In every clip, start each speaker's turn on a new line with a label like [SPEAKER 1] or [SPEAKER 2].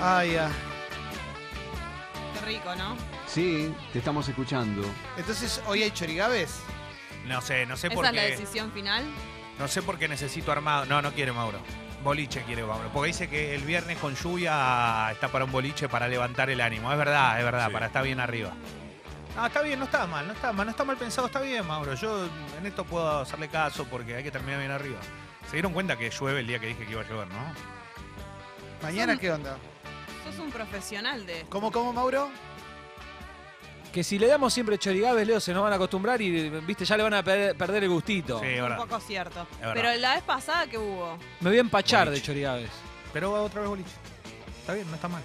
[SPEAKER 1] Ay, ah.
[SPEAKER 2] Qué rico, ¿no?
[SPEAKER 3] Sí, te estamos escuchando.
[SPEAKER 1] Entonces, ¿hoy hay chorigabes?
[SPEAKER 4] No sé, no sé por
[SPEAKER 2] Esa es la
[SPEAKER 4] qué.
[SPEAKER 2] decisión final.
[SPEAKER 4] No sé por qué necesito armado. No, no quiere Mauro. Boliche quiere Mauro. Porque dice que el viernes con lluvia está para un boliche para levantar el ánimo. Es verdad, es verdad,
[SPEAKER 5] Sí.
[SPEAKER 4] para estar bien arriba. No, está bien, no está mal, no está mal, no está mal pensado, está bien, Mauro. Yo en esto puedo hacerle caso porque hay que terminar bien arriba. Se dieron cuenta que llueve el día que dije que iba a llover, ¿no?
[SPEAKER 1] ¿Mañana qué onda?
[SPEAKER 2] Sos un profesional de esto.
[SPEAKER 1] ¿Cómo, cómo, Mauro?
[SPEAKER 6] Que si le damos siempre chorigabes, Leo, se nos van a acostumbrar y, viste, ya le van a per- perder el gustito.
[SPEAKER 4] Sí, es
[SPEAKER 2] un
[SPEAKER 4] verdad.
[SPEAKER 2] poco cierto.
[SPEAKER 4] verdad.
[SPEAKER 2] Pero la vez pasada que hubo.
[SPEAKER 6] Me voy a empachar
[SPEAKER 4] Boliche.
[SPEAKER 6] de chorigabes.
[SPEAKER 4] Pero va otra vez boliche. Está bien, no está mal.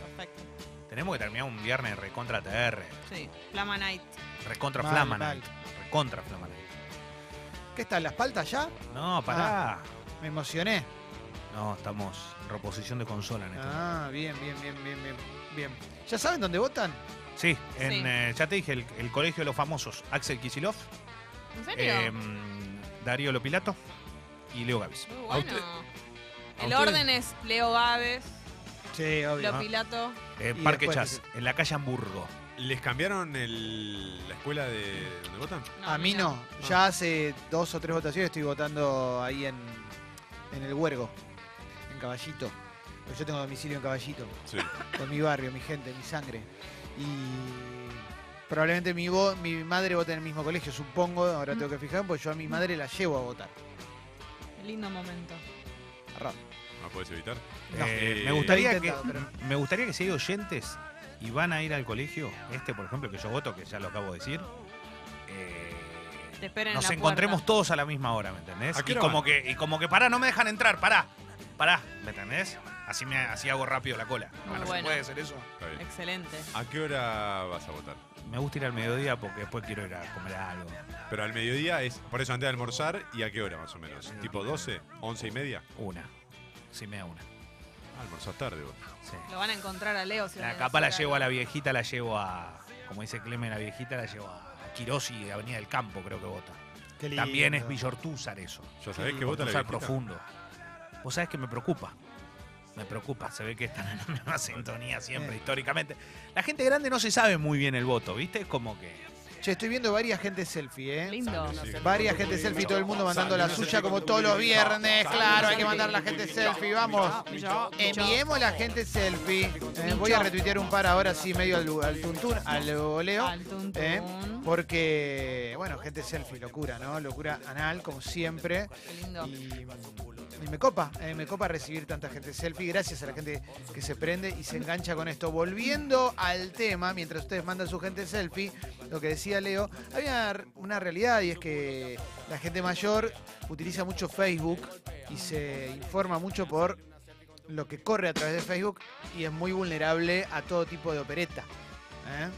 [SPEAKER 2] Perfecto.
[SPEAKER 4] Tenemos que terminar un viernes recontra TR,
[SPEAKER 2] Sí. Flama Night.
[SPEAKER 4] recontra
[SPEAKER 1] Mal, mal.
[SPEAKER 4] Flama Night, recontra Flama Night.
[SPEAKER 1] ¿Qué está? ¿Las paltas ya?
[SPEAKER 4] No,
[SPEAKER 1] Ah.
[SPEAKER 4] pará.
[SPEAKER 1] Me emocioné.
[SPEAKER 4] No, estamos en reposición de consola en este momento.
[SPEAKER 1] Ah, bien, bien, bien, bien, bien. Bien. ¿Ya saben dónde votan?
[SPEAKER 4] Sí, en,
[SPEAKER 2] Sí.
[SPEAKER 4] eh, ya te dije, el, el Colegio de los Famosos, Axel Kisilov,
[SPEAKER 2] ¿En serio?
[SPEAKER 4] Eh, Darío Lopilato y Leo Gavis.
[SPEAKER 2] Muy
[SPEAKER 5] a
[SPEAKER 2] bueno.
[SPEAKER 5] usted-
[SPEAKER 2] el
[SPEAKER 5] ustedes-
[SPEAKER 2] orden es Leo Gávez,
[SPEAKER 1] Sí, obvio.
[SPEAKER 2] Lopilato.
[SPEAKER 4] Eh,
[SPEAKER 1] Y
[SPEAKER 4] Parque
[SPEAKER 1] después-
[SPEAKER 4] Chas, en la calle Hamburgo.
[SPEAKER 5] ¿Les cambiaron el- la escuela de donde votan?
[SPEAKER 2] No,
[SPEAKER 1] A mí
[SPEAKER 2] mira.
[SPEAKER 1] no. Ya hace dos o tres votaciones estoy votando ahí en, en el huergo, en Caballito. Porque yo tengo domicilio en Caballito,
[SPEAKER 5] Sí.
[SPEAKER 1] con mi barrio, mi gente, mi sangre. Y probablemente mi, vo- mi madre vote en el mismo colegio, supongo. Ahora tengo que fijarme, porque yo a mi madre la llevo a votar.
[SPEAKER 2] Lindo momento.
[SPEAKER 1] Arra.
[SPEAKER 5] ¿No podés evitar?
[SPEAKER 1] No.
[SPEAKER 4] Eh,
[SPEAKER 5] Eh,
[SPEAKER 4] me, gustaría
[SPEAKER 1] lo he
[SPEAKER 4] que,
[SPEAKER 1] intentado,
[SPEAKER 4] me gustaría que si hay oyentes y van a ir al colegio, este por ejemplo que yo voto, que ya lo acabo de decir, eh,
[SPEAKER 2] Te esperen
[SPEAKER 4] nos
[SPEAKER 2] en la
[SPEAKER 4] encontremos
[SPEAKER 2] puerta.
[SPEAKER 4] todos a la misma hora, ¿me entendés?
[SPEAKER 5] ¿A qué
[SPEAKER 4] Y
[SPEAKER 5] hora
[SPEAKER 4] como,
[SPEAKER 5] van?
[SPEAKER 4] que, y como que pará, no me dejan entrar, pará, pará, ¿me entendés? Así, me, así hago rápido la cola.
[SPEAKER 2] Muy
[SPEAKER 4] Bueno, ¿se
[SPEAKER 2] bueno.
[SPEAKER 4] puede hacer eso?
[SPEAKER 5] Está bien.
[SPEAKER 2] Excelente.
[SPEAKER 5] ¿A qué hora vas a votar?
[SPEAKER 4] Me gusta ir al mediodía porque después quiero ir a comer algo.
[SPEAKER 5] Pero al mediodía es, por eso antes de almorzar, ¿y a qué hora más o menos? ¿Tipo 12? ¿11 y media?
[SPEAKER 4] Una. Sí, me da una.
[SPEAKER 5] Ah, almorzás tarde vos.
[SPEAKER 4] Sí.
[SPEAKER 2] Lo van a encontrar a Leo. Si
[SPEAKER 4] La
[SPEAKER 2] van
[SPEAKER 4] capa la
[SPEAKER 2] sacar.
[SPEAKER 4] llevo a la viejita, la llevo a. Como dice Clemen, la viejita la llevo a Quirós y Avenida del Campo, creo que vota.
[SPEAKER 1] Qué lindo.
[SPEAKER 4] También es Villortúzar eso.
[SPEAKER 5] ¿Ya sabés
[SPEAKER 1] Sí,
[SPEAKER 5] que vota la
[SPEAKER 4] Ortúzar
[SPEAKER 5] viejita?
[SPEAKER 4] profundo. Vos sabés que me preocupa. Me preocupa, se ve que están en la misma sintonía siempre,
[SPEAKER 1] Eh.
[SPEAKER 4] históricamente. La gente grande no se sabe muy bien el voto, ¿viste? Es como que.
[SPEAKER 1] Che, estoy viendo varias gente selfie, ¿eh?
[SPEAKER 2] Lindo.
[SPEAKER 5] Sí.
[SPEAKER 1] Varias gente selfie, todo el mundo mandando la suya como todos los viernes. Claro, hay que mandar la gente selfie, vamos. Enviemos la gente selfie. Eh, voy a retuitear un par ahora sí, medio al, al tuntún, al voleo.
[SPEAKER 2] Al tuntún.
[SPEAKER 1] eh, porque, bueno, gente selfie, locura, ¿no? Locura anal, como siempre.
[SPEAKER 2] Qué lindo.
[SPEAKER 1] Y, y me copa, eh, me copa recibir tanta gente selfie. Gracias a la gente que se prende y se engancha con esto. Volviendo al tema, mientras ustedes mandan su gente selfie, lo que decía Leo, hay una, r- una realidad y es que la gente mayor utiliza mucho Facebook y se informa mucho por lo que corre a través de Facebook y es muy vulnerable a todo tipo de opereta. ¿eh?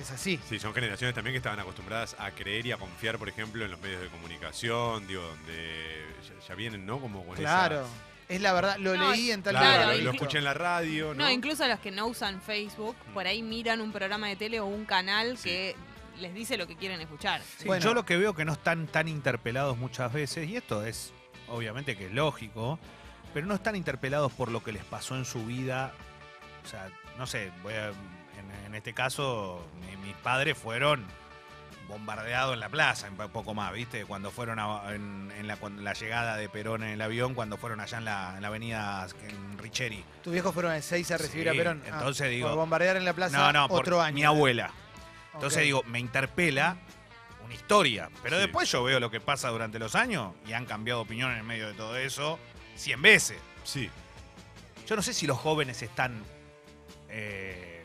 [SPEAKER 1] Es así.
[SPEAKER 5] Sí, son generaciones también que estaban acostumbradas a creer y a confiar, por ejemplo, en los medios de comunicación, digo, donde ya, ya vienen, ¿no? Como con
[SPEAKER 1] Claro. Es la verdad, lo
[SPEAKER 2] No,
[SPEAKER 1] leí en
[SPEAKER 5] esa...
[SPEAKER 1] tal
[SPEAKER 5] Claro,
[SPEAKER 2] Claro,
[SPEAKER 5] lo, lo
[SPEAKER 2] y-
[SPEAKER 5] escuché en la radio, ¿no? Mm.
[SPEAKER 2] No, incluso los que no usan Facebook, por ahí miran un programa de tele o un canal que les dice lo que quieren escuchar.
[SPEAKER 4] Sí,
[SPEAKER 1] Bueno.
[SPEAKER 4] Yo lo que veo que no están tan interpelados muchas veces, y esto es obviamente que es lógico, pero no están interpelados por lo que les pasó en su vida. O sea, no sé, voy a- en, en este caso mi- mis padres fueron bombardeados en la plaza, un po- poco más, ¿viste? Cuando fueron a- en, en la, cuando la llegada de Perón en el avión, cuando fueron allá en la, en la avenida en Richeri.
[SPEAKER 1] Tus viejos fueron en seis a recibir
[SPEAKER 4] Sí,
[SPEAKER 1] a Perón. Ah,
[SPEAKER 4] entonces digo-
[SPEAKER 1] Por bombardear en la plaza
[SPEAKER 4] No, no, por
[SPEAKER 1] otro año.
[SPEAKER 4] mi abuela.
[SPEAKER 1] Ok.
[SPEAKER 4] Entonces digo, me interpela una historia. Pero
[SPEAKER 5] Sí.
[SPEAKER 4] después yo veo lo que pasa durante los años y han cambiado opinión en medio de todo eso 100 veces.
[SPEAKER 5] Sí,
[SPEAKER 4] Yo no sé si los jóvenes están eh,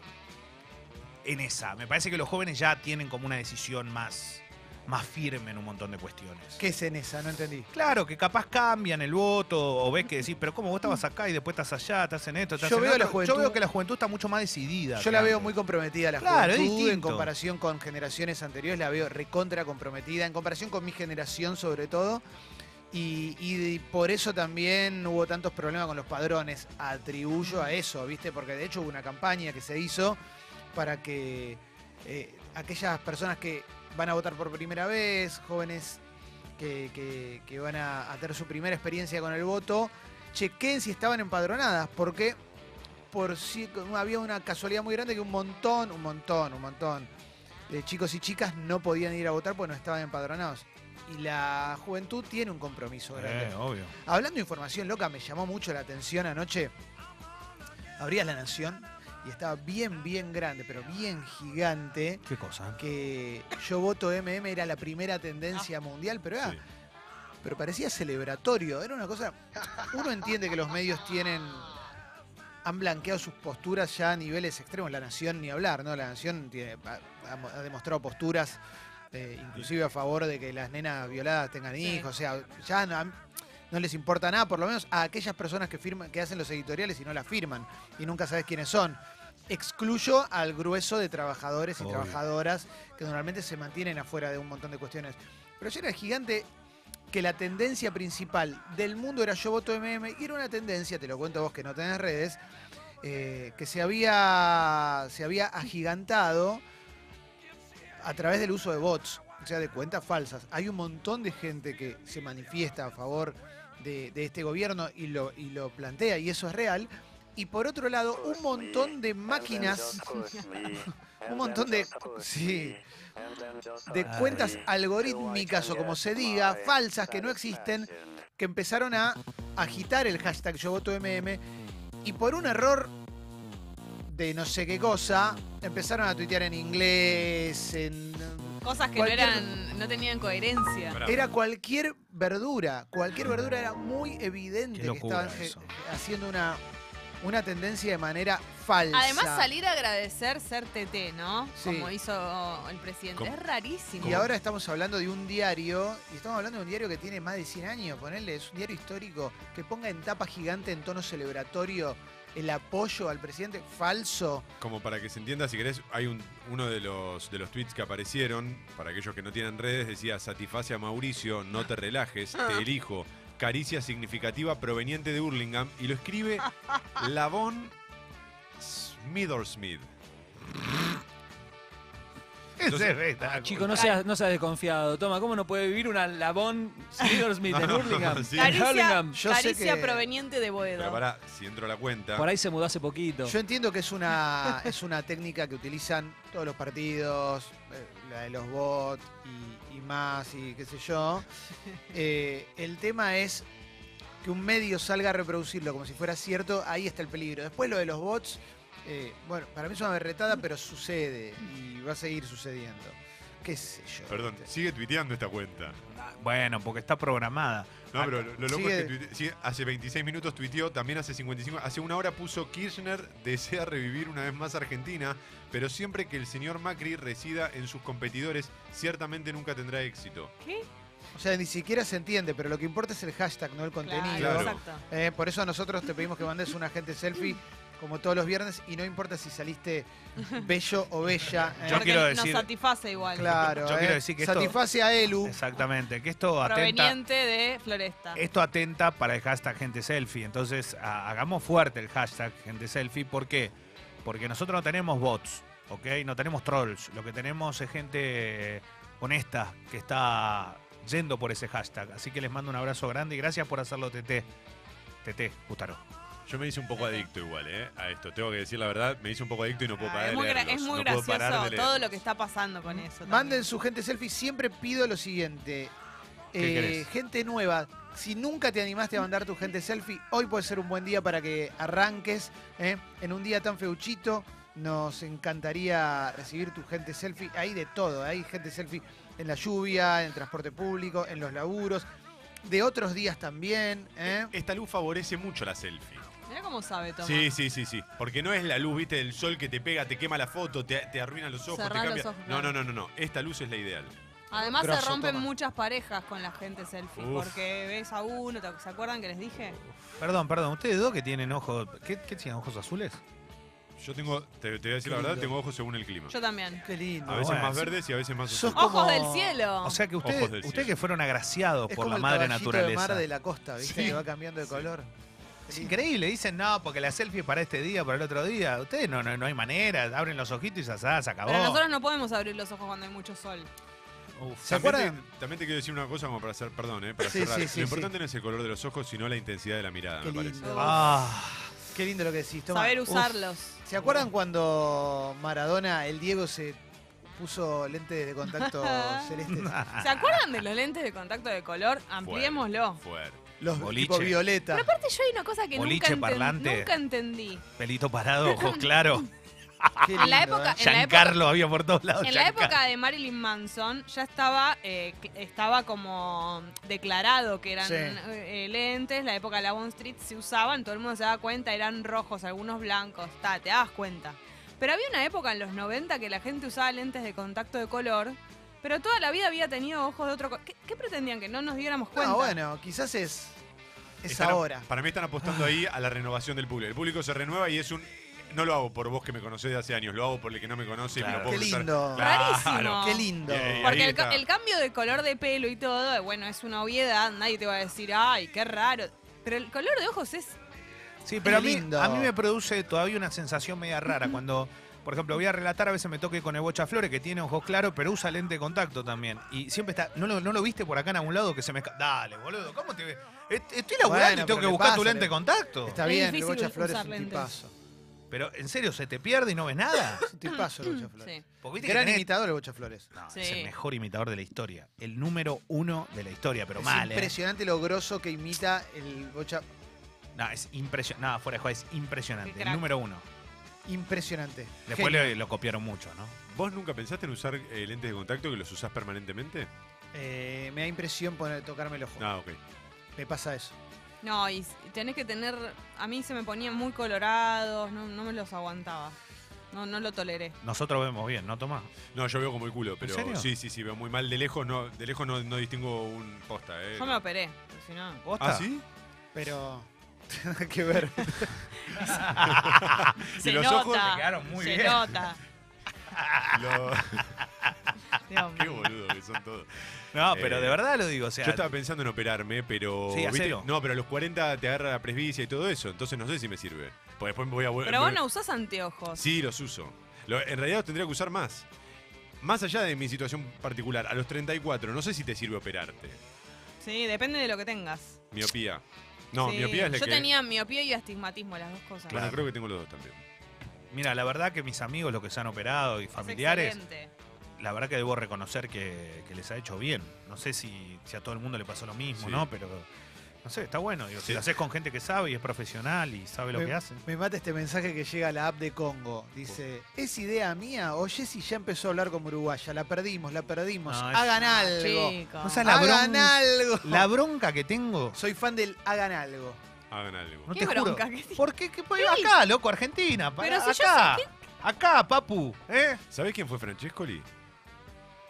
[SPEAKER 4] en esa. Me parece que los jóvenes ya tienen como una decisión más, más firme en un montón de cuestiones.
[SPEAKER 1] ¿Qué es en esa? No entendí.
[SPEAKER 4] Claro, que capaz cambian el voto o ves que decís, pero ¿cómo vos estabas acá y después estás allá, estás en esto, estás
[SPEAKER 1] Yo
[SPEAKER 4] en
[SPEAKER 1] veo
[SPEAKER 4] otro"?
[SPEAKER 1] la juventud-
[SPEAKER 4] Yo veo que la juventud está mucho más decidida.
[SPEAKER 1] Yo
[SPEAKER 4] que
[SPEAKER 1] la veo
[SPEAKER 4] antes.
[SPEAKER 1] muy comprometida la
[SPEAKER 4] Claro, es
[SPEAKER 1] juventud en
[SPEAKER 4] distinto.
[SPEAKER 1] comparación con generaciones anteriores, la veo recontra comprometida, en comparación con mi generación sobre todo. Y, y por eso también hubo tantos problemas con los padrones. Atribuyo a eso, ¿viste? Porque de hecho hubo una campaña que se hizo para que eh, aquellas personas que van a votar por primera vez, jóvenes que, que- que van a, a tener su primera experiencia con el voto, chequeen si estaban empadronadas, porque por si había una casualidad muy grande que un montón, un montón, un montón de chicos y chicas no podían ir a votar porque no estaban empadronados. Y la juventud tiene un compromiso grande.
[SPEAKER 4] Eh, obvio.
[SPEAKER 1] Hablando de información loca, me llamó mucho la atención anoche. Abrías la Nación y estaba bien, bien grande, pero bien gigante,
[SPEAKER 4] ¿Qué cosa?
[SPEAKER 1] que yo voto MM era la primera tendencia mundial, pero era-
[SPEAKER 5] Sí.
[SPEAKER 1] pero parecía celebratorio, era una cosa... Uno entiende que los medios tienen... Han blanqueado sus posturas ya a niveles extremos. La Nación ni hablar, ¿no? La Nación tiene- ha, ha- ha demostrado posturas, eh, inclusive a favor de que las nenas violadas tengan
[SPEAKER 2] Sí.
[SPEAKER 1] hijos. O sea, ya no, han- no les importa nada, por lo menos a aquellas personas que firman, que hacen los editoriales y no las firman y nunca sabes quiénes son. Excluyo al grueso de trabajadores y
[SPEAKER 4] Obvio.
[SPEAKER 1] trabajadoras que normalmente se mantienen afuera de un montón de cuestiones. Pero ayer era gigante que la tendencia principal del mundo era yo voto MM y era una tendencia, te lo cuento vos que no tenés redes, eh, que se había, se había agigantado a través del uso de bots, o sea, de cuentas falsas. Hay un montón de gente que se manifiesta a favor de, de este gobierno y lo, y lo plantea, y eso es real. Y por otro lado, un montón de máquinas,
[SPEAKER 7] un montón de
[SPEAKER 1] sí,
[SPEAKER 7] sí,
[SPEAKER 1] de cuentas
[SPEAKER 7] algorítmicas o como se diga, falsas que no existen,
[SPEAKER 1] que empezaron a agitar el hashtag yo voto MM y por un error de no sé qué cosa empezaron a tuitear en inglés, en
[SPEAKER 2] Cosas que
[SPEAKER 1] Cualquier-
[SPEAKER 2] no eran, no tenían coherencia.
[SPEAKER 5] Pará.
[SPEAKER 1] era cualquier verdura, cualquier verdura era muy evidente
[SPEAKER 4] Qué
[SPEAKER 1] que
[SPEAKER 4] locura
[SPEAKER 1] estaban ge-
[SPEAKER 4] eso.
[SPEAKER 1] haciendo una una tendencia de manera falsa.
[SPEAKER 2] Además, salir a agradecer ser TT, ¿no?
[SPEAKER 1] Sí.
[SPEAKER 2] Como hizo el presidente.
[SPEAKER 4] ¿Cómo?
[SPEAKER 2] Es rarísimo.
[SPEAKER 1] Y ahora estamos hablando de un diario, y estamos hablando de un diario que tiene más de 100 años, ponerle, es un diario histórico, que ponga en tapa gigante, en tono celebratorio, el apoyo al presidente falso.
[SPEAKER 5] Como para que se entienda, si querés, hay un, uno de los, de los tweets que aparecieron, para aquellos que no tienen redes, decía, satisface a Mauricio, no te relajes, te elijo. Caricia significativa proveniente de Hurlingham. Y lo escribe Lavon Smithersmith.
[SPEAKER 4] Ese es verdad.
[SPEAKER 1] Ah,
[SPEAKER 6] Chico, no seas, no seas desconfiado. Toma, ¿cómo no puede vivir una Labón Smith en Hurlingham?
[SPEAKER 5] sí.
[SPEAKER 6] En
[SPEAKER 2] Caricia-
[SPEAKER 6] Hurlingham.
[SPEAKER 1] Yo sé
[SPEAKER 2] Caricia
[SPEAKER 1] que-
[SPEAKER 2] proveniente de Boedo.
[SPEAKER 5] Pero pará, si entro a la cuenta.
[SPEAKER 6] Por ahí se mudó hace poquito.
[SPEAKER 1] Yo entiendo que es una, es una técnica que utilizan todos los partidos, eh, la de los bots y, y más, y qué sé yo. Eh, el tema es que un medio salga a reproducirlo como si fuera cierto, ahí está el peligro. Después lo de los bots, eh, bueno, para mí es una berretada, pero sucede y va a seguir sucediendo. ¿Qué sé yo?
[SPEAKER 5] Perdón,
[SPEAKER 1] ¿viste?
[SPEAKER 5] sigue tuiteando esta cuenta.
[SPEAKER 4] Bueno, porque está programada.
[SPEAKER 5] No, pero lo, lo loco
[SPEAKER 1] Sigue.
[SPEAKER 5] es que tuite- sigue- hace 26 minutos tuiteó, también hace 55, hace una hora puso Kirchner desea revivir una vez más Argentina, pero siempre que el señor Macri resida en sus competidores, ciertamente nunca tendrá éxito.
[SPEAKER 1] O sea, ni siquiera se entiende, pero lo que importa es el hashtag, no el contenido.
[SPEAKER 2] Claro,
[SPEAKER 5] Claro.
[SPEAKER 2] exacto.
[SPEAKER 1] Eh, por eso nosotros te pedimos que mandes un agente selfie como todos los viernes y no importa si saliste bello o bella. eh.
[SPEAKER 4] Yo
[SPEAKER 2] Porque
[SPEAKER 4] quiero
[SPEAKER 2] nos
[SPEAKER 4] decir-
[SPEAKER 2] satisface igual.
[SPEAKER 1] claro.
[SPEAKER 4] yo quiero
[SPEAKER 1] eh.
[SPEAKER 4] decir que esto-
[SPEAKER 1] Satisface a Elu.
[SPEAKER 4] Exactamente. Que esto atenta.
[SPEAKER 2] Proveniente de Floresta.
[SPEAKER 4] Esto atenta para el hashtag gente selfie. Entonces, ha- hagamos fuerte el hashtag gente selfie. ¿Por qué? Porque nosotros no tenemos bots, ¿ok? No tenemos trolls. Lo que tenemos es gente eh, honesta que está yendo por ese hashtag. Así que les mando un abrazo grande y gracias por hacerlo, TT. TT, Putaro.
[SPEAKER 5] Yo me hice un poco adicto igual, ¿eh? A esto, tengo que decir la verdad, me hice un poco adicto y no puedo
[SPEAKER 2] Ah,
[SPEAKER 5] parar
[SPEAKER 2] es
[SPEAKER 5] de
[SPEAKER 2] muy, gra-
[SPEAKER 5] leerlos.
[SPEAKER 2] es muy
[SPEAKER 5] no puedo parar
[SPEAKER 2] gracioso
[SPEAKER 5] de
[SPEAKER 2] todo lo
[SPEAKER 5] leerlos.
[SPEAKER 2] que está pasando con eso.
[SPEAKER 1] Manden su gente selfie. Siempre pido lo siguiente.
[SPEAKER 4] ¿Qué
[SPEAKER 1] Eh,
[SPEAKER 4] querés?
[SPEAKER 1] gente nueva, si nunca te animaste a mandar tu gente selfie, hoy puede ser un buen día para que arranques. ¿eh? En un día tan feuchito, nos encantaría recibir tu gente selfie. Hay de todo, hay gente selfie en la lluvia, en el transporte público, en los laburos, de otros días también. ¿eh?
[SPEAKER 5] Esta luz favorece mucho la selfie.
[SPEAKER 2] también. Mirá cómo sabe, Tomás.
[SPEAKER 5] Sí, sí, sí, sí. Porque no es la luz, viste, del sol que te pega, te quema la foto, te, te arruina los ojos,
[SPEAKER 2] Cerrá
[SPEAKER 5] te
[SPEAKER 2] los
[SPEAKER 5] cambia.
[SPEAKER 2] ojos,
[SPEAKER 5] no,
[SPEAKER 2] claro.
[SPEAKER 5] no, no, no, no. Esta luz es la ideal.
[SPEAKER 2] Además
[SPEAKER 1] Grosso,
[SPEAKER 2] se rompen
[SPEAKER 1] Tomás.
[SPEAKER 2] muchas parejas con la gente selfie.
[SPEAKER 5] Uf.
[SPEAKER 2] Porque ves a uno, ¿te- ¿se acuerdan que les dije?
[SPEAKER 4] Perdón, perdón. Ustedes dos que tienen ojos. ¿Qué, qué tienen ojos azules?
[SPEAKER 5] Yo tengo, te, te voy a decir la
[SPEAKER 1] Lindo.
[SPEAKER 5] verdad, tengo ojos según el clima.
[SPEAKER 2] Yo también.
[SPEAKER 1] Qué lindo.
[SPEAKER 5] A veces
[SPEAKER 4] bueno,
[SPEAKER 5] más
[SPEAKER 4] sí.
[SPEAKER 5] verdes y a veces más
[SPEAKER 1] Sos
[SPEAKER 5] oscuros.
[SPEAKER 1] como-
[SPEAKER 2] ¡Ojos del cielo!
[SPEAKER 4] O sea que ustedes,
[SPEAKER 5] Ojos del
[SPEAKER 4] ustedes
[SPEAKER 5] cielo.
[SPEAKER 4] que fueron agraciados
[SPEAKER 1] Es
[SPEAKER 4] por
[SPEAKER 1] como
[SPEAKER 4] la
[SPEAKER 1] el
[SPEAKER 4] madre
[SPEAKER 1] caballito de
[SPEAKER 4] naturaleza.
[SPEAKER 1] mar de la costa, ¿viste?
[SPEAKER 5] Sí.
[SPEAKER 1] Que va cambiando de color.
[SPEAKER 4] Es increíble, dicen, no, porque la selfie es para este día, para el otro día. Ustedes no, no, no hay manera, abren los ojitos y ya está, se acabó.
[SPEAKER 2] Pero nosotros no podemos abrir los ojos cuando hay mucho sol.
[SPEAKER 4] Uf.
[SPEAKER 1] ¿Se
[SPEAKER 5] También
[SPEAKER 1] acuerdan?
[SPEAKER 5] te- también te quiero decir una cosa como para hacer, perdón, eh, para
[SPEAKER 1] Sí,
[SPEAKER 5] cerrar.
[SPEAKER 1] sí, sí,
[SPEAKER 5] Lo
[SPEAKER 1] sí.
[SPEAKER 5] importante no es el color de los ojos, sino la intensidad de la mirada,
[SPEAKER 1] Qué
[SPEAKER 5] me parece.
[SPEAKER 1] lindo.
[SPEAKER 4] Ah,
[SPEAKER 1] Qué lindo lo que decís, Tomás.
[SPEAKER 2] Saber
[SPEAKER 1] Uf.
[SPEAKER 2] usarlos.
[SPEAKER 1] ¿Se acuerdan cuando Maradona, el Diego, se puso lentes de contacto celestes?
[SPEAKER 2] ¿Se acuerdan de los lentes de contacto de color?
[SPEAKER 5] Fuerte,
[SPEAKER 2] Ampliémoslo.
[SPEAKER 5] fuerte.
[SPEAKER 1] Los
[SPEAKER 4] Boliche.
[SPEAKER 1] tipo violeta.
[SPEAKER 2] Aparte, yo hay una cosa que nunca,
[SPEAKER 4] Boliche
[SPEAKER 2] enten-
[SPEAKER 4] parlante.
[SPEAKER 2] nunca entendí.
[SPEAKER 4] pelito parado, ojos claros.
[SPEAKER 1] Qué
[SPEAKER 2] En la
[SPEAKER 1] lindo,
[SPEAKER 2] época,
[SPEAKER 1] ¿eh?
[SPEAKER 2] en la época,
[SPEAKER 4] Giancarlo había por todos lados.
[SPEAKER 2] en la
[SPEAKER 4] Giancarlo.
[SPEAKER 2] época de Marilyn Manson ya estaba, eh, que- estaba como declarado que eran
[SPEAKER 1] Sí.
[SPEAKER 2] eh, lentes. La época de la Bond Street se usaban, todo el mundo se daba cuenta, eran rojos, algunos blancos, ta, te dabas cuenta. Pero había una época en los 90 que la gente usaba lentes de contacto de color, pero toda la vida había tenido ojos de otro color. ¿Qué, qué pretendían? Que no nos diéramos cuenta.
[SPEAKER 1] No, Ah, bueno, quizás es, es
[SPEAKER 5] Están a-
[SPEAKER 1] ahora. Ah.
[SPEAKER 5] Para mí están apostando ahí a la renovación del público. El público se renueva y es un. No lo hago por vos que me conocés de hace años, lo hago por el que no me conoce y me lo
[SPEAKER 4] Claro.
[SPEAKER 5] puedo
[SPEAKER 1] Qué
[SPEAKER 5] pensar.
[SPEAKER 1] lindo.
[SPEAKER 2] Rarísimo.
[SPEAKER 1] Qué lindo.
[SPEAKER 5] Eh, eh,
[SPEAKER 2] Porque
[SPEAKER 5] Ahí
[SPEAKER 2] el, ca-
[SPEAKER 5] está.
[SPEAKER 2] el cambio de color de pelo y todo, eh, bueno, es una obviedad, nadie te va a decir, ay, qué raro. Pero el color de ojos es.
[SPEAKER 4] Sí, pero a
[SPEAKER 1] Qué
[SPEAKER 4] mí,
[SPEAKER 1] lindo.
[SPEAKER 4] a mí me produce todavía una sensación media rara cuando, por ejemplo, voy a relatar, a veces me toque con el Bocha Flores, que tiene ojos claros, pero usa lente de contacto también. Y siempre está, ¿no lo, no lo viste por acá en algún lado que se me... esca- Dale, boludo, ¿cómo te ve? Est- Estoy laburando
[SPEAKER 1] Bueno,
[SPEAKER 4] y tengo
[SPEAKER 1] pero
[SPEAKER 4] que
[SPEAKER 1] le
[SPEAKER 4] buscar tu
[SPEAKER 1] pasa,
[SPEAKER 4] lente
[SPEAKER 1] le-
[SPEAKER 4] de contacto.
[SPEAKER 1] Está
[SPEAKER 2] Es
[SPEAKER 1] bien,
[SPEAKER 2] difícil
[SPEAKER 1] Rocha Flores es
[SPEAKER 2] usar
[SPEAKER 1] un
[SPEAKER 2] lentes.
[SPEAKER 1] tipazo.
[SPEAKER 4] Pero, en serio, ¿se te pierde y no ves nada?
[SPEAKER 1] Es un tipazo el Bocha Flores.
[SPEAKER 2] Sí.
[SPEAKER 4] Porque viste que
[SPEAKER 1] Gran
[SPEAKER 4] tenés-
[SPEAKER 1] imitador el Bocha Flores.
[SPEAKER 4] No,
[SPEAKER 2] Sí.
[SPEAKER 4] es el mejor imitador de la historia. El número uno de la historia, pero
[SPEAKER 1] es
[SPEAKER 4] mal, ¿eh?
[SPEAKER 1] impresionante lo grosso que imita el Bocha.
[SPEAKER 4] No, es impresionante. No, fuera de juego, es
[SPEAKER 2] Qué
[SPEAKER 4] impresionante. El
[SPEAKER 2] crack.
[SPEAKER 4] número uno.
[SPEAKER 1] Impresionante.
[SPEAKER 4] Después
[SPEAKER 1] Genio.
[SPEAKER 4] le- lo copiaron mucho, ¿no?
[SPEAKER 5] ¿Vos nunca pensaste en usar eh, lentes de contacto que los usás permanentemente?
[SPEAKER 1] Eh, me da impresión poner, tocarme el ojo.
[SPEAKER 5] Ah, ok.
[SPEAKER 1] Me pasa eso.
[SPEAKER 2] No, y s- tenés que tener. A mí se me ponían muy colorados, no, no me los aguantaba. No, no lo toleré.
[SPEAKER 4] Nosotros vemos bien, ¿no, Tomás?
[SPEAKER 5] No, yo veo como el culo, pero
[SPEAKER 4] serio?
[SPEAKER 5] sí, sí, sí, veo muy mal. De lejos no, de lejos no, no distingo un posta, eh.
[SPEAKER 2] Yo me operé, porque si no.
[SPEAKER 4] ¿Posta?
[SPEAKER 5] ¿Ah, sí?
[SPEAKER 1] Pero. Nada que ver.
[SPEAKER 2] Se
[SPEAKER 5] los
[SPEAKER 2] nota.
[SPEAKER 5] ojos
[SPEAKER 4] le quedaron muy
[SPEAKER 2] se
[SPEAKER 4] bien.
[SPEAKER 2] nota.
[SPEAKER 5] Lo-
[SPEAKER 2] Dios mío.
[SPEAKER 5] Qué boludo que son todos.
[SPEAKER 4] No, pero
[SPEAKER 5] Eh,
[SPEAKER 4] de verdad lo digo. O sea,
[SPEAKER 5] Yo estaba pensando en operarme, pero.
[SPEAKER 4] Sí, hacelo.
[SPEAKER 5] No, pero a los 40 te agarra la presbicia y todo eso, entonces no sé si me sirve. Pues después me voy a vol-
[SPEAKER 2] Pero vos
[SPEAKER 5] me-
[SPEAKER 2] no usás anteojos.
[SPEAKER 5] Sí, los uso. Lo- en realidad los tendría que usar más. Más allá de mi situación particular, a los 34, no sé si te sirve operarte.
[SPEAKER 2] Sí, depende de lo que tengas.
[SPEAKER 5] Miopía. No,
[SPEAKER 2] Sí.
[SPEAKER 5] miopía es la
[SPEAKER 2] Yo
[SPEAKER 5] que.
[SPEAKER 2] tenía miopía y astigmatismo, las dos cosas.
[SPEAKER 5] Bueno, creo que tengo los dos también.
[SPEAKER 4] mira, la verdad que mis amigos, los que se han operado y
[SPEAKER 2] Es
[SPEAKER 4] familiares,
[SPEAKER 2] excelente.
[SPEAKER 4] la verdad que debo reconocer que, que les ha hecho bien. No sé si, si a todo el mundo le pasó lo mismo,
[SPEAKER 5] Sí.
[SPEAKER 4] ¿no? Pero, no sé, está bueno. Digo,
[SPEAKER 5] Sí.
[SPEAKER 4] Si lo haces con gente que sabe y es profesional y sabe lo
[SPEAKER 1] me,
[SPEAKER 4] que hace.
[SPEAKER 1] me mata este mensaje que llega a la app de Congo. Dice, ¿es idea mía o Jessy ya empezó a hablar como uruguaya? La perdimos, la perdimos.
[SPEAKER 4] No, es-
[SPEAKER 1] Hagan algo.
[SPEAKER 2] Chicos.
[SPEAKER 4] No sabes la
[SPEAKER 1] Hagan
[SPEAKER 4] bronca-
[SPEAKER 1] algo.
[SPEAKER 4] La bronca que tengo.
[SPEAKER 1] Soy fan del hagan algo.
[SPEAKER 5] Hagan algo.
[SPEAKER 4] No
[SPEAKER 2] Qué
[SPEAKER 4] te juro.
[SPEAKER 2] bronca que tiene.
[SPEAKER 4] ¿Por qué? ¿Qué fue acá, loco? Argentina. Pará,
[SPEAKER 2] Pero si yo
[SPEAKER 4] acá. Acá, papu. ¿Eh?
[SPEAKER 5] ¿Sabés quién fue Francescoli?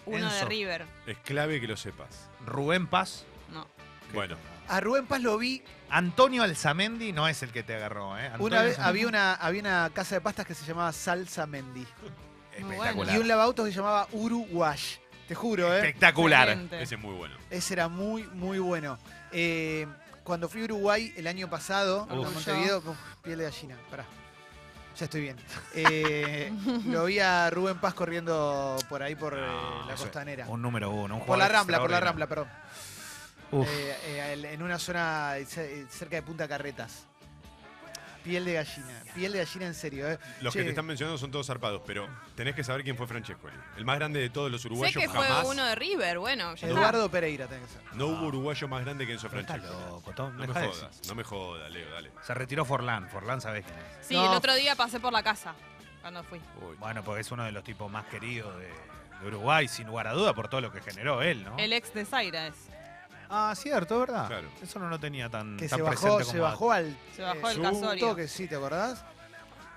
[SPEAKER 2] Uno de
[SPEAKER 4] Enzo.
[SPEAKER 2] River.
[SPEAKER 5] Es clave que lo sepas.
[SPEAKER 4] Rubén Paz.
[SPEAKER 2] No.
[SPEAKER 5] Bueno,
[SPEAKER 1] A Rubén Paz lo vi.
[SPEAKER 4] Antonio Alzamendi no es el que te agarró, ¿eh? Antonio
[SPEAKER 1] Una vez
[SPEAKER 4] Alzamendi.
[SPEAKER 1] había una, había una casa de pastas que se llamaba Salsa Mendy.
[SPEAKER 4] Espectacular.
[SPEAKER 1] Y un lavautos que se llamaba Uruguash. Te juro, ¿eh?
[SPEAKER 4] Espectacular.
[SPEAKER 2] Excelente.
[SPEAKER 5] ese es muy bueno.
[SPEAKER 1] Ese era muy, muy bueno. Eh, cuando fui a Uruguay el año pasado, a
[SPEAKER 2] Uf.
[SPEAKER 1] Montevideo, uf, piel de gallina, pará. Ya estoy bien. Eh, lo vi a Rubén Paz corriendo por ahí, por eh,
[SPEAKER 4] No,
[SPEAKER 1] la
[SPEAKER 4] eso-
[SPEAKER 1] costanera.
[SPEAKER 4] Ah, Un número uno. un
[SPEAKER 1] Por la
[SPEAKER 4] jugador
[SPEAKER 1] Rambla, por la Rambla,
[SPEAKER 4] extraordinario.
[SPEAKER 1] perdón.
[SPEAKER 4] Uf.
[SPEAKER 1] Eh, eh, el- en una zona ce- cerca de Punta Carretas. Piel de gallina, piel de gallina en serio. ¿eh?
[SPEAKER 5] Los
[SPEAKER 1] Che,
[SPEAKER 5] que te están mencionando son todos zarpados, pero tenés que saber quién fue Francescoli. El más grande de todos los uruguayos
[SPEAKER 2] sé que
[SPEAKER 5] jamás.
[SPEAKER 2] fue uno de River, bueno, ya está.
[SPEAKER 1] Eduardo Pereira tenés que ser.
[SPEAKER 5] No hubo uruguayo más grande que Enzo
[SPEAKER 4] Pero está
[SPEAKER 5] Francescoli.
[SPEAKER 4] loco, Tom,
[SPEAKER 5] No me
[SPEAKER 4] dejá de decir.
[SPEAKER 5] jodas, no me jodas, Leo, dale.
[SPEAKER 4] Se retiró Forlán. Forlán sabés quién es.
[SPEAKER 2] Sí,
[SPEAKER 1] No.
[SPEAKER 2] el otro día pasé por la casa cuando fui.
[SPEAKER 5] Uy.
[SPEAKER 4] Bueno, porque es uno de los tipos más queridos de, de Uruguay, sin lugar a duda, por todo lo que generó él, ¿no?
[SPEAKER 2] El ex de Zaira es.
[SPEAKER 4] Ah, cierto, es verdad.
[SPEAKER 5] Claro.
[SPEAKER 4] Eso no lo tenía tan,
[SPEAKER 1] Que
[SPEAKER 4] Mm, tan
[SPEAKER 1] se
[SPEAKER 4] presente
[SPEAKER 1] bajó,
[SPEAKER 4] como
[SPEAKER 1] se bajó al
[SPEAKER 2] Se bajó el
[SPEAKER 1] su-
[SPEAKER 2] casorio.
[SPEAKER 1] toque, sí, ¿te acordás?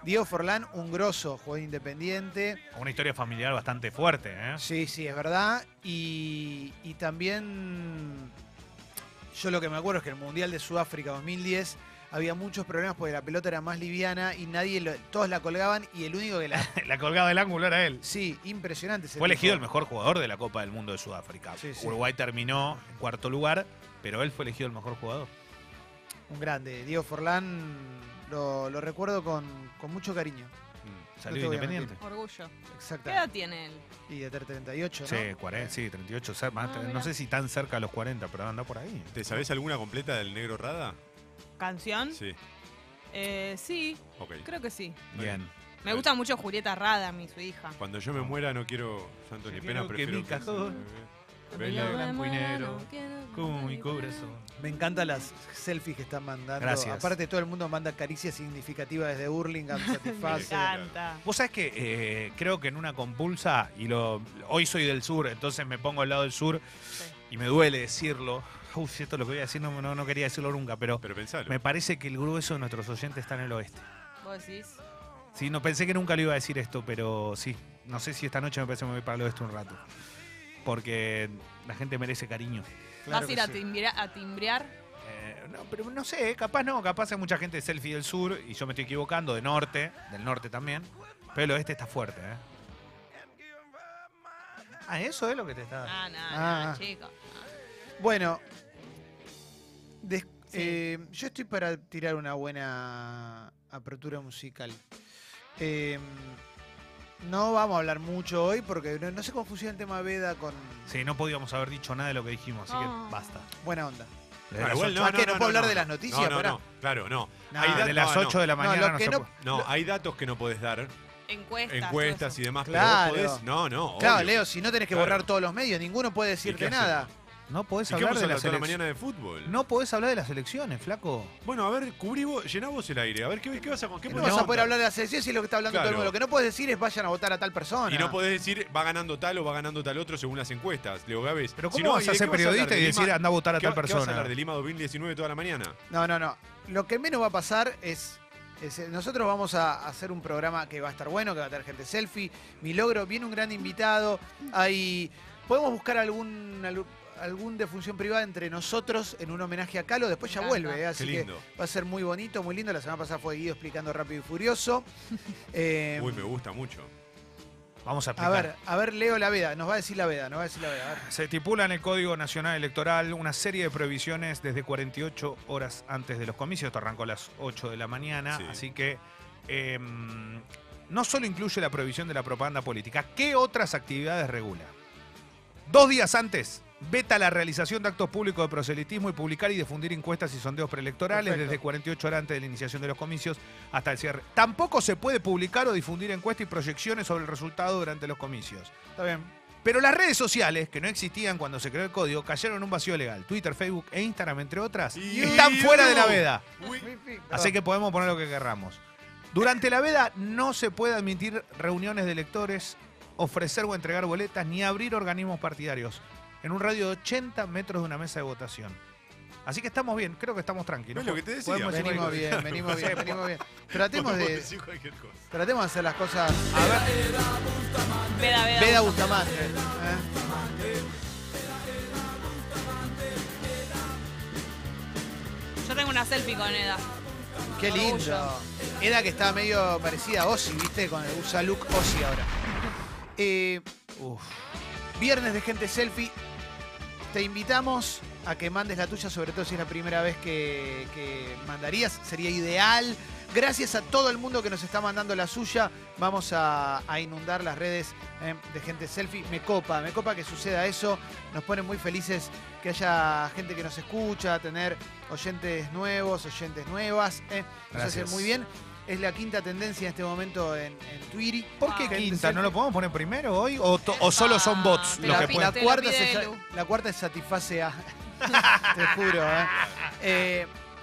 [SPEAKER 1] Diego Forlán, un grosso, jugador independiente.
[SPEAKER 4] Una historia familiar bastante fuerte, ¿eh?
[SPEAKER 1] Sí, sí, es verdad. Y, y también yo lo que me acuerdo es que en el Mundial de Sudáfrica 2010 había muchos problemas porque la pelota era más liviana y nadie lo- todos la colgaban y el único que la...
[SPEAKER 4] La colgada del ángulo era él.
[SPEAKER 1] Sí, impresionante. ese
[SPEAKER 4] Fue elegido el
[SPEAKER 1] tipo.
[SPEAKER 4] mejor jugador de la Copa del Mundo de Sudáfrica.
[SPEAKER 1] Sí, sí.
[SPEAKER 4] Uruguay terminó en cuarto lugar, pero él fue elegido el mejor jugador.
[SPEAKER 1] Un grande. Diego Forlán lo, lo recuerdo con, con mucho cariño.
[SPEAKER 5] Mm.
[SPEAKER 4] Salió
[SPEAKER 1] te voy a
[SPEAKER 4] independiente.
[SPEAKER 2] Orgullo. ¿Qué edad
[SPEAKER 1] Exactamente.
[SPEAKER 2] tiene él?
[SPEAKER 1] Y de tener 38, ¿no?
[SPEAKER 4] Sí, 40, sí, 38, cer- más-
[SPEAKER 2] Ah,
[SPEAKER 4] tre-
[SPEAKER 2] mirá.
[SPEAKER 4] no sé si tan cerca a los 40, pero anda por ahí.
[SPEAKER 5] ¿Te sabés alguna completa del negro Rada?
[SPEAKER 2] ¿Canción?
[SPEAKER 5] Sí,
[SPEAKER 2] Eh, sí,
[SPEAKER 5] ok.
[SPEAKER 2] creo que sí.
[SPEAKER 4] Bien.
[SPEAKER 2] Me gusta mucho Julieta Rada, mi su hija.
[SPEAKER 5] Cuando yo me muera no quiero santos ni
[SPEAKER 4] Quiero
[SPEAKER 5] pena,
[SPEAKER 4] que
[SPEAKER 5] prefiero
[SPEAKER 4] mi cajón
[SPEAKER 5] Vela
[SPEAKER 4] blanco y negro, como mi corazón.
[SPEAKER 1] Me encantan las selfies que están mandando.
[SPEAKER 4] Gracias.
[SPEAKER 1] Aparte, todo el mundo manda caricias significativas desde Hurlingham,
[SPEAKER 2] Me
[SPEAKER 1] satisface.
[SPEAKER 2] encanta.
[SPEAKER 4] Vos sabés que eh, creo que en una compulsa, y lo hoy soy del sur, entonces me pongo al lado del sur y me duele decirlo. Uf, esto es lo que voy a decir, no, no, no quería decirlo nunca, pero
[SPEAKER 5] Pero pensalo.
[SPEAKER 4] me parece que el grueso de nuestros oyentes está en el oeste.
[SPEAKER 2] Vos decís.
[SPEAKER 4] Sí, no pensé que nunca le iba a decir esto, pero sí. No sé si esta noche me parece que me voy para el oeste un rato. Porque la gente merece cariño.
[SPEAKER 1] Claro
[SPEAKER 2] ¿Vas a
[SPEAKER 1] que
[SPEAKER 2] ir a,
[SPEAKER 1] sí.
[SPEAKER 2] timbrea- a timbrear?
[SPEAKER 4] Eh, no, pero no sé, capaz no, capaz hay mucha gente de selfie del sur y yo me estoy equivocando, de norte, del norte también. Pero el oeste está fuerte, ¿eh? Ah, eso es lo que te está.
[SPEAKER 2] Ah, no,
[SPEAKER 1] Ah.
[SPEAKER 2] no, chico.
[SPEAKER 1] Bueno, des-
[SPEAKER 2] Sí.
[SPEAKER 1] eh, yo estoy para tirar una buena apertura musical. Eh, no vamos a hablar mucho hoy porque no, no sé cómo funciona el tema Veda con
[SPEAKER 4] Sí, no podíamos haber dicho nada de lo que dijimos, así
[SPEAKER 2] Oh.
[SPEAKER 4] que basta.
[SPEAKER 1] buena onda.
[SPEAKER 4] Desde
[SPEAKER 5] Ah,
[SPEAKER 4] las
[SPEAKER 5] igual
[SPEAKER 4] ocho-
[SPEAKER 1] ocho. Ah, ¿qué, no puedo hablar de las noticias,
[SPEAKER 5] No, no,
[SPEAKER 1] pará?
[SPEAKER 5] no, claro, no.
[SPEAKER 1] No,
[SPEAKER 5] Hay
[SPEAKER 4] Ah,
[SPEAKER 5] datos-
[SPEAKER 4] de las
[SPEAKER 5] no,
[SPEAKER 4] 8 de la
[SPEAKER 1] No,
[SPEAKER 4] mañana
[SPEAKER 1] lo
[SPEAKER 4] no
[SPEAKER 1] que
[SPEAKER 4] se
[SPEAKER 1] no-
[SPEAKER 4] puede.
[SPEAKER 5] No, hay datos que no podés dar,
[SPEAKER 2] Encuestas. todo
[SPEAKER 5] encuestas
[SPEAKER 2] eso.
[SPEAKER 5] y demás,
[SPEAKER 1] Claro.
[SPEAKER 5] pero vos podés. No, no.
[SPEAKER 1] Claro,
[SPEAKER 5] obvio.
[SPEAKER 1] Leo, si no tenés que
[SPEAKER 5] Claro.
[SPEAKER 1] borrar todos los medios, ninguno puede
[SPEAKER 5] qué
[SPEAKER 1] decirte
[SPEAKER 5] hacemos?
[SPEAKER 1] nada.
[SPEAKER 4] No podés
[SPEAKER 5] ¿Y qué
[SPEAKER 4] hablar
[SPEAKER 5] vamos a
[SPEAKER 4] de
[SPEAKER 5] hablar
[SPEAKER 4] las
[SPEAKER 5] toda la
[SPEAKER 4] elecciones.
[SPEAKER 5] mañana de fútbol?
[SPEAKER 4] No podés hablar de las elecciones, flaco.
[SPEAKER 5] Bueno, a ver, cubrí vos, llená vos el aire. A ver, ¿qué, qué vas a con qué
[SPEAKER 1] No
[SPEAKER 5] podés
[SPEAKER 1] vas a
[SPEAKER 5] contar?
[SPEAKER 1] poder hablar de la selección si es lo que está hablando todo el
[SPEAKER 5] Claro.
[SPEAKER 1] mundo. Lo que no puedes decir es vayan a votar a tal persona.
[SPEAKER 5] Y no podés decir va ganando tal o va ganando tal otro según las encuestas, Leo Gávez.
[SPEAKER 4] Pero ¿cómo
[SPEAKER 5] Si no, ¿y
[SPEAKER 4] vas
[SPEAKER 5] de
[SPEAKER 4] a
[SPEAKER 5] qué
[SPEAKER 4] ser
[SPEAKER 5] hablar?
[SPEAKER 4] periodista
[SPEAKER 5] ¿De
[SPEAKER 4] y decir
[SPEAKER 5] Lima?
[SPEAKER 4] anda a votar a
[SPEAKER 5] ¿Qué
[SPEAKER 4] tal
[SPEAKER 5] va- qué vas a
[SPEAKER 4] persona?
[SPEAKER 5] hablar de Lima 2019 toda la mañana?
[SPEAKER 1] No, no, no. Lo que menos va a pasar es, es, eh, nosotros vamos a hacer un programa que va a estar bueno, que va a tener gente selfie. Mi logro, viene un gran invitado. Hay, podemos buscar algún alu- algún de función privada entre nosotros en un homenaje a Calo. Después ya
[SPEAKER 2] Me encanta.
[SPEAKER 1] vuelve, eh, así
[SPEAKER 5] Qué
[SPEAKER 1] que
[SPEAKER 5] lindo.
[SPEAKER 1] va a ser muy bonito, muy lindo. La semana pasada fue Guido explicando rápido y furioso.
[SPEAKER 4] em,
[SPEAKER 1] Eh,
[SPEAKER 5] Uy, me gusta mucho.
[SPEAKER 4] Vamos a
[SPEAKER 1] a
[SPEAKER 4] aplicar.
[SPEAKER 1] ver, a ver, Leo la veda. Nos va a decir la veda, nos va a decir la veda. a ver.
[SPEAKER 4] Se estipula en el Código Nacional Electoral una serie de prohibiciones desde 48 horas antes de los comicios. Esto arrancó a las 8 de la mañana.
[SPEAKER 5] Sí.
[SPEAKER 4] Así que em, no solo incluye la prohibición de la propaganda política, ¿qué otras actividades regula? Dos días antes, veta la realización de actos públicos de proselitismo y publicar y difundir encuestas y sondeos preelectorales
[SPEAKER 1] Perfecto.
[SPEAKER 4] desde 48 horas antes de la iniciación de los comicios hasta el cierre. Tampoco se puede publicar o difundir encuestas y proyecciones sobre el resultado durante los comicios.
[SPEAKER 1] Está bien.
[SPEAKER 4] Pero las redes sociales, que no existían cuando se creó el código, cayeron en un vacío legal. Twitter, Facebook e Instagram, entre otras,
[SPEAKER 5] Y- Ah.
[SPEAKER 4] están fuera de la veda.
[SPEAKER 5] Uy,
[SPEAKER 4] Así que podemos poner lo que querramos. Durante la veda no se puede admitir reuniones de electores, ofrecer o entregar boletas, ni abrir organismos partidarios en un radio de 80 metros de una mesa de votación. Así que estamos bien, creo que estamos tranquilos.
[SPEAKER 5] Es lo que te decía.
[SPEAKER 4] Podemos decir
[SPEAKER 1] Venimos
[SPEAKER 4] cualquier
[SPEAKER 1] bien, venimos bien, venimos bien. Tratemos
[SPEAKER 5] podemos
[SPEAKER 1] de,
[SPEAKER 5] decir cualquier cosa.
[SPEAKER 1] tratemos de hacer las cosas.
[SPEAKER 2] Veda, veda.
[SPEAKER 1] Veda Bustamante. ¿eh?
[SPEAKER 2] Yo tengo una selfie con Eda.
[SPEAKER 1] Qué lindo.
[SPEAKER 2] Orgullo.
[SPEAKER 1] Era que estaba medio parecida a Ozzy, ¿viste? Con usa look Ozzy ahora. Eh,
[SPEAKER 4] cosa. Uf.
[SPEAKER 1] viernes de gente selfie. Te invitamos a que mandes la tuya, sobre todo si es la primera vez que, que mandarías. Sería ideal. Gracias a todo el mundo que nos está mandando la suya. Vamos a, a inundar las redes eh, de gente selfie. Me copa, me copa que suceda eso. Nos pone muy felices que haya gente que nos escucha, tener oyentes nuevos, oyentes nuevas. eh. Nos hace
[SPEAKER 4] Gracias.
[SPEAKER 1] muy bien. Es la quinta tendencia en este momento en, en Twitter.
[SPEAKER 4] ¿Por qué
[SPEAKER 2] Wow.
[SPEAKER 5] Ah,
[SPEAKER 4] quinta? ¿No lo podemos poner primero hoy? ¿O, to- o solo son bots
[SPEAKER 2] Ah, Te
[SPEAKER 4] los
[SPEAKER 2] la
[SPEAKER 4] que
[SPEAKER 1] La, la
[SPEAKER 2] pi-
[SPEAKER 4] pueden?
[SPEAKER 2] te la
[SPEAKER 1] cuarta
[SPEAKER 2] pide
[SPEAKER 1] se-
[SPEAKER 2] Elu.
[SPEAKER 1] la cuarta es satisface a. Te juro, ¿eh? Eh,